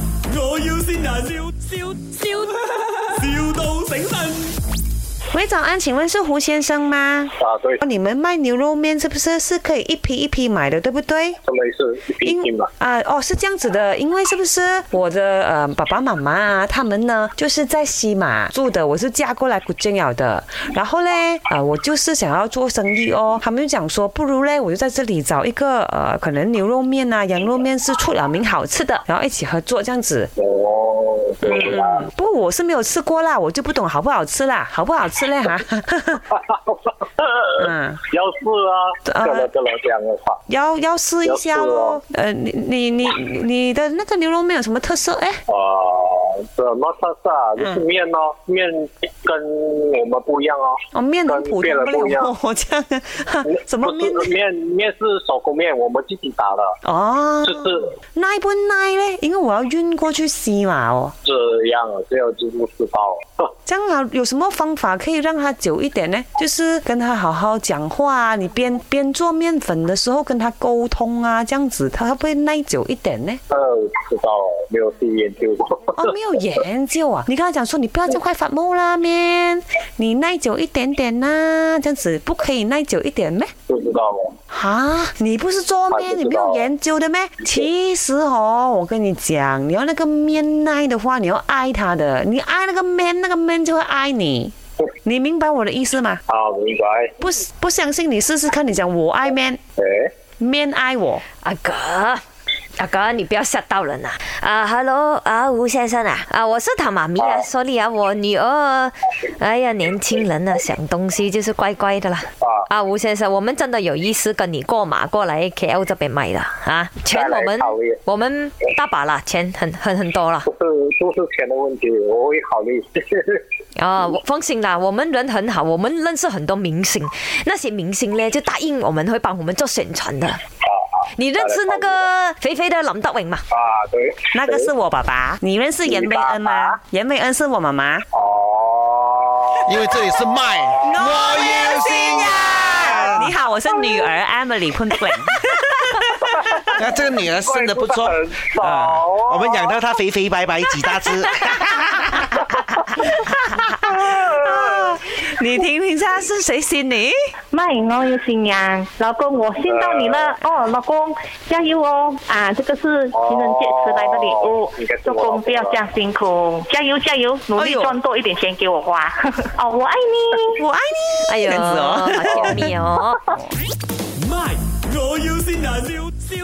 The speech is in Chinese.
要先人，笑笑笑，,笑到醒神。喂，早安，请问是胡先生吗？哦啊，对，你们卖牛肉面是不是是可以一批一批买的，对不对？他们是一批批嘛。啊、哦是这样子的，因为是不是我的呃爸爸妈妈啊，他们呢就是在西马住的，我是嫁过来古晋了的，然后嘞啊、呃我就是想要做生意哦，他们就讲说不如嘞我就在这里找一个呃可能牛肉面啊、羊肉面是出了名好吃的，然后一起合作这样子。哦，对啦，不过我是没有吃过啦，我就不懂好不好吃啦，好不好吃嘞哈？ 嗯， 要是啊，啊这么这么这样的话，要要试一哦下咯。呃，你你你你的那个牛肉面有什么特色？哎，啊，怎么特色啊？就是面哦，面跟我们不一样哦。哦，面很普跟别通人不不一样了我这样， 什么面不？是面面是手工面，我们自己打的，哦就，是耐不耐嘞？因为我要运过去西马哦。这样，这样就不知 道。这样啊，有什么方法可以让它久一点呢？就是跟他好好讲话啊，你边边做面粉的时候跟他沟通啊，这样子他会不会耐久一点呢？呃，不知道，没有去研究过。哦，没有研究啊！你跟他讲说，你不要这样快发毛啦，面，你耐久一点点啦、这样子不可以耐久一点咩？ 不知道哦，啊，你不是做他面，不你知没道有研究的咩？其实哦，我跟你讲，你要那个面耐的话，你要爱它的，你爱那个面，那个面就会爱你。你明白我的意思吗？好，明白。不不相信你试试看，你讲我爱面，哎，面爱我。阿哥，阿哥，你不要吓到人啊！啊，Hello，啊，吴先生啊，啊，我是他妈咪啊啊，sorry 啊，我女儿，哎呀，年轻人啊，想东西就是乖乖的啦。啊啊，吴先生，我们真的有意思跟你过马过来 KL 这边买的啊，钱我再来们考虑我们大把啦，钱很很很多啦。不是不是钱的问题，我会考虑。 啊，嗯我放心啦，我们人很好，我们认识很多明星，那些明星呢就答应我们会帮我们做宣传的。你认识那个肥肥的林德荣吗？啊，对，那个是我爸爸，你认识严美恩吗？严美恩是我妈妈。哦， 因为这里是麦，我要新人。你好，我是女儿 Emily 昆昆。那这个女儿生的不错怪不得很少啊，哦我们养到她肥肥白白几大只。 你听听下是谁先你？咪，我要新娘，老公，我见到你了呃哦，老公加油哦！啊，这个是情人节迟来的礼物哦应该，是做我老婆工不要这样辛苦，加油加油，努哎力呦赚多一点钱给我花。 哦，我爱你。我爱你。哎呦，这样子哦好甜蜜哦。 My，我要先人，笑笑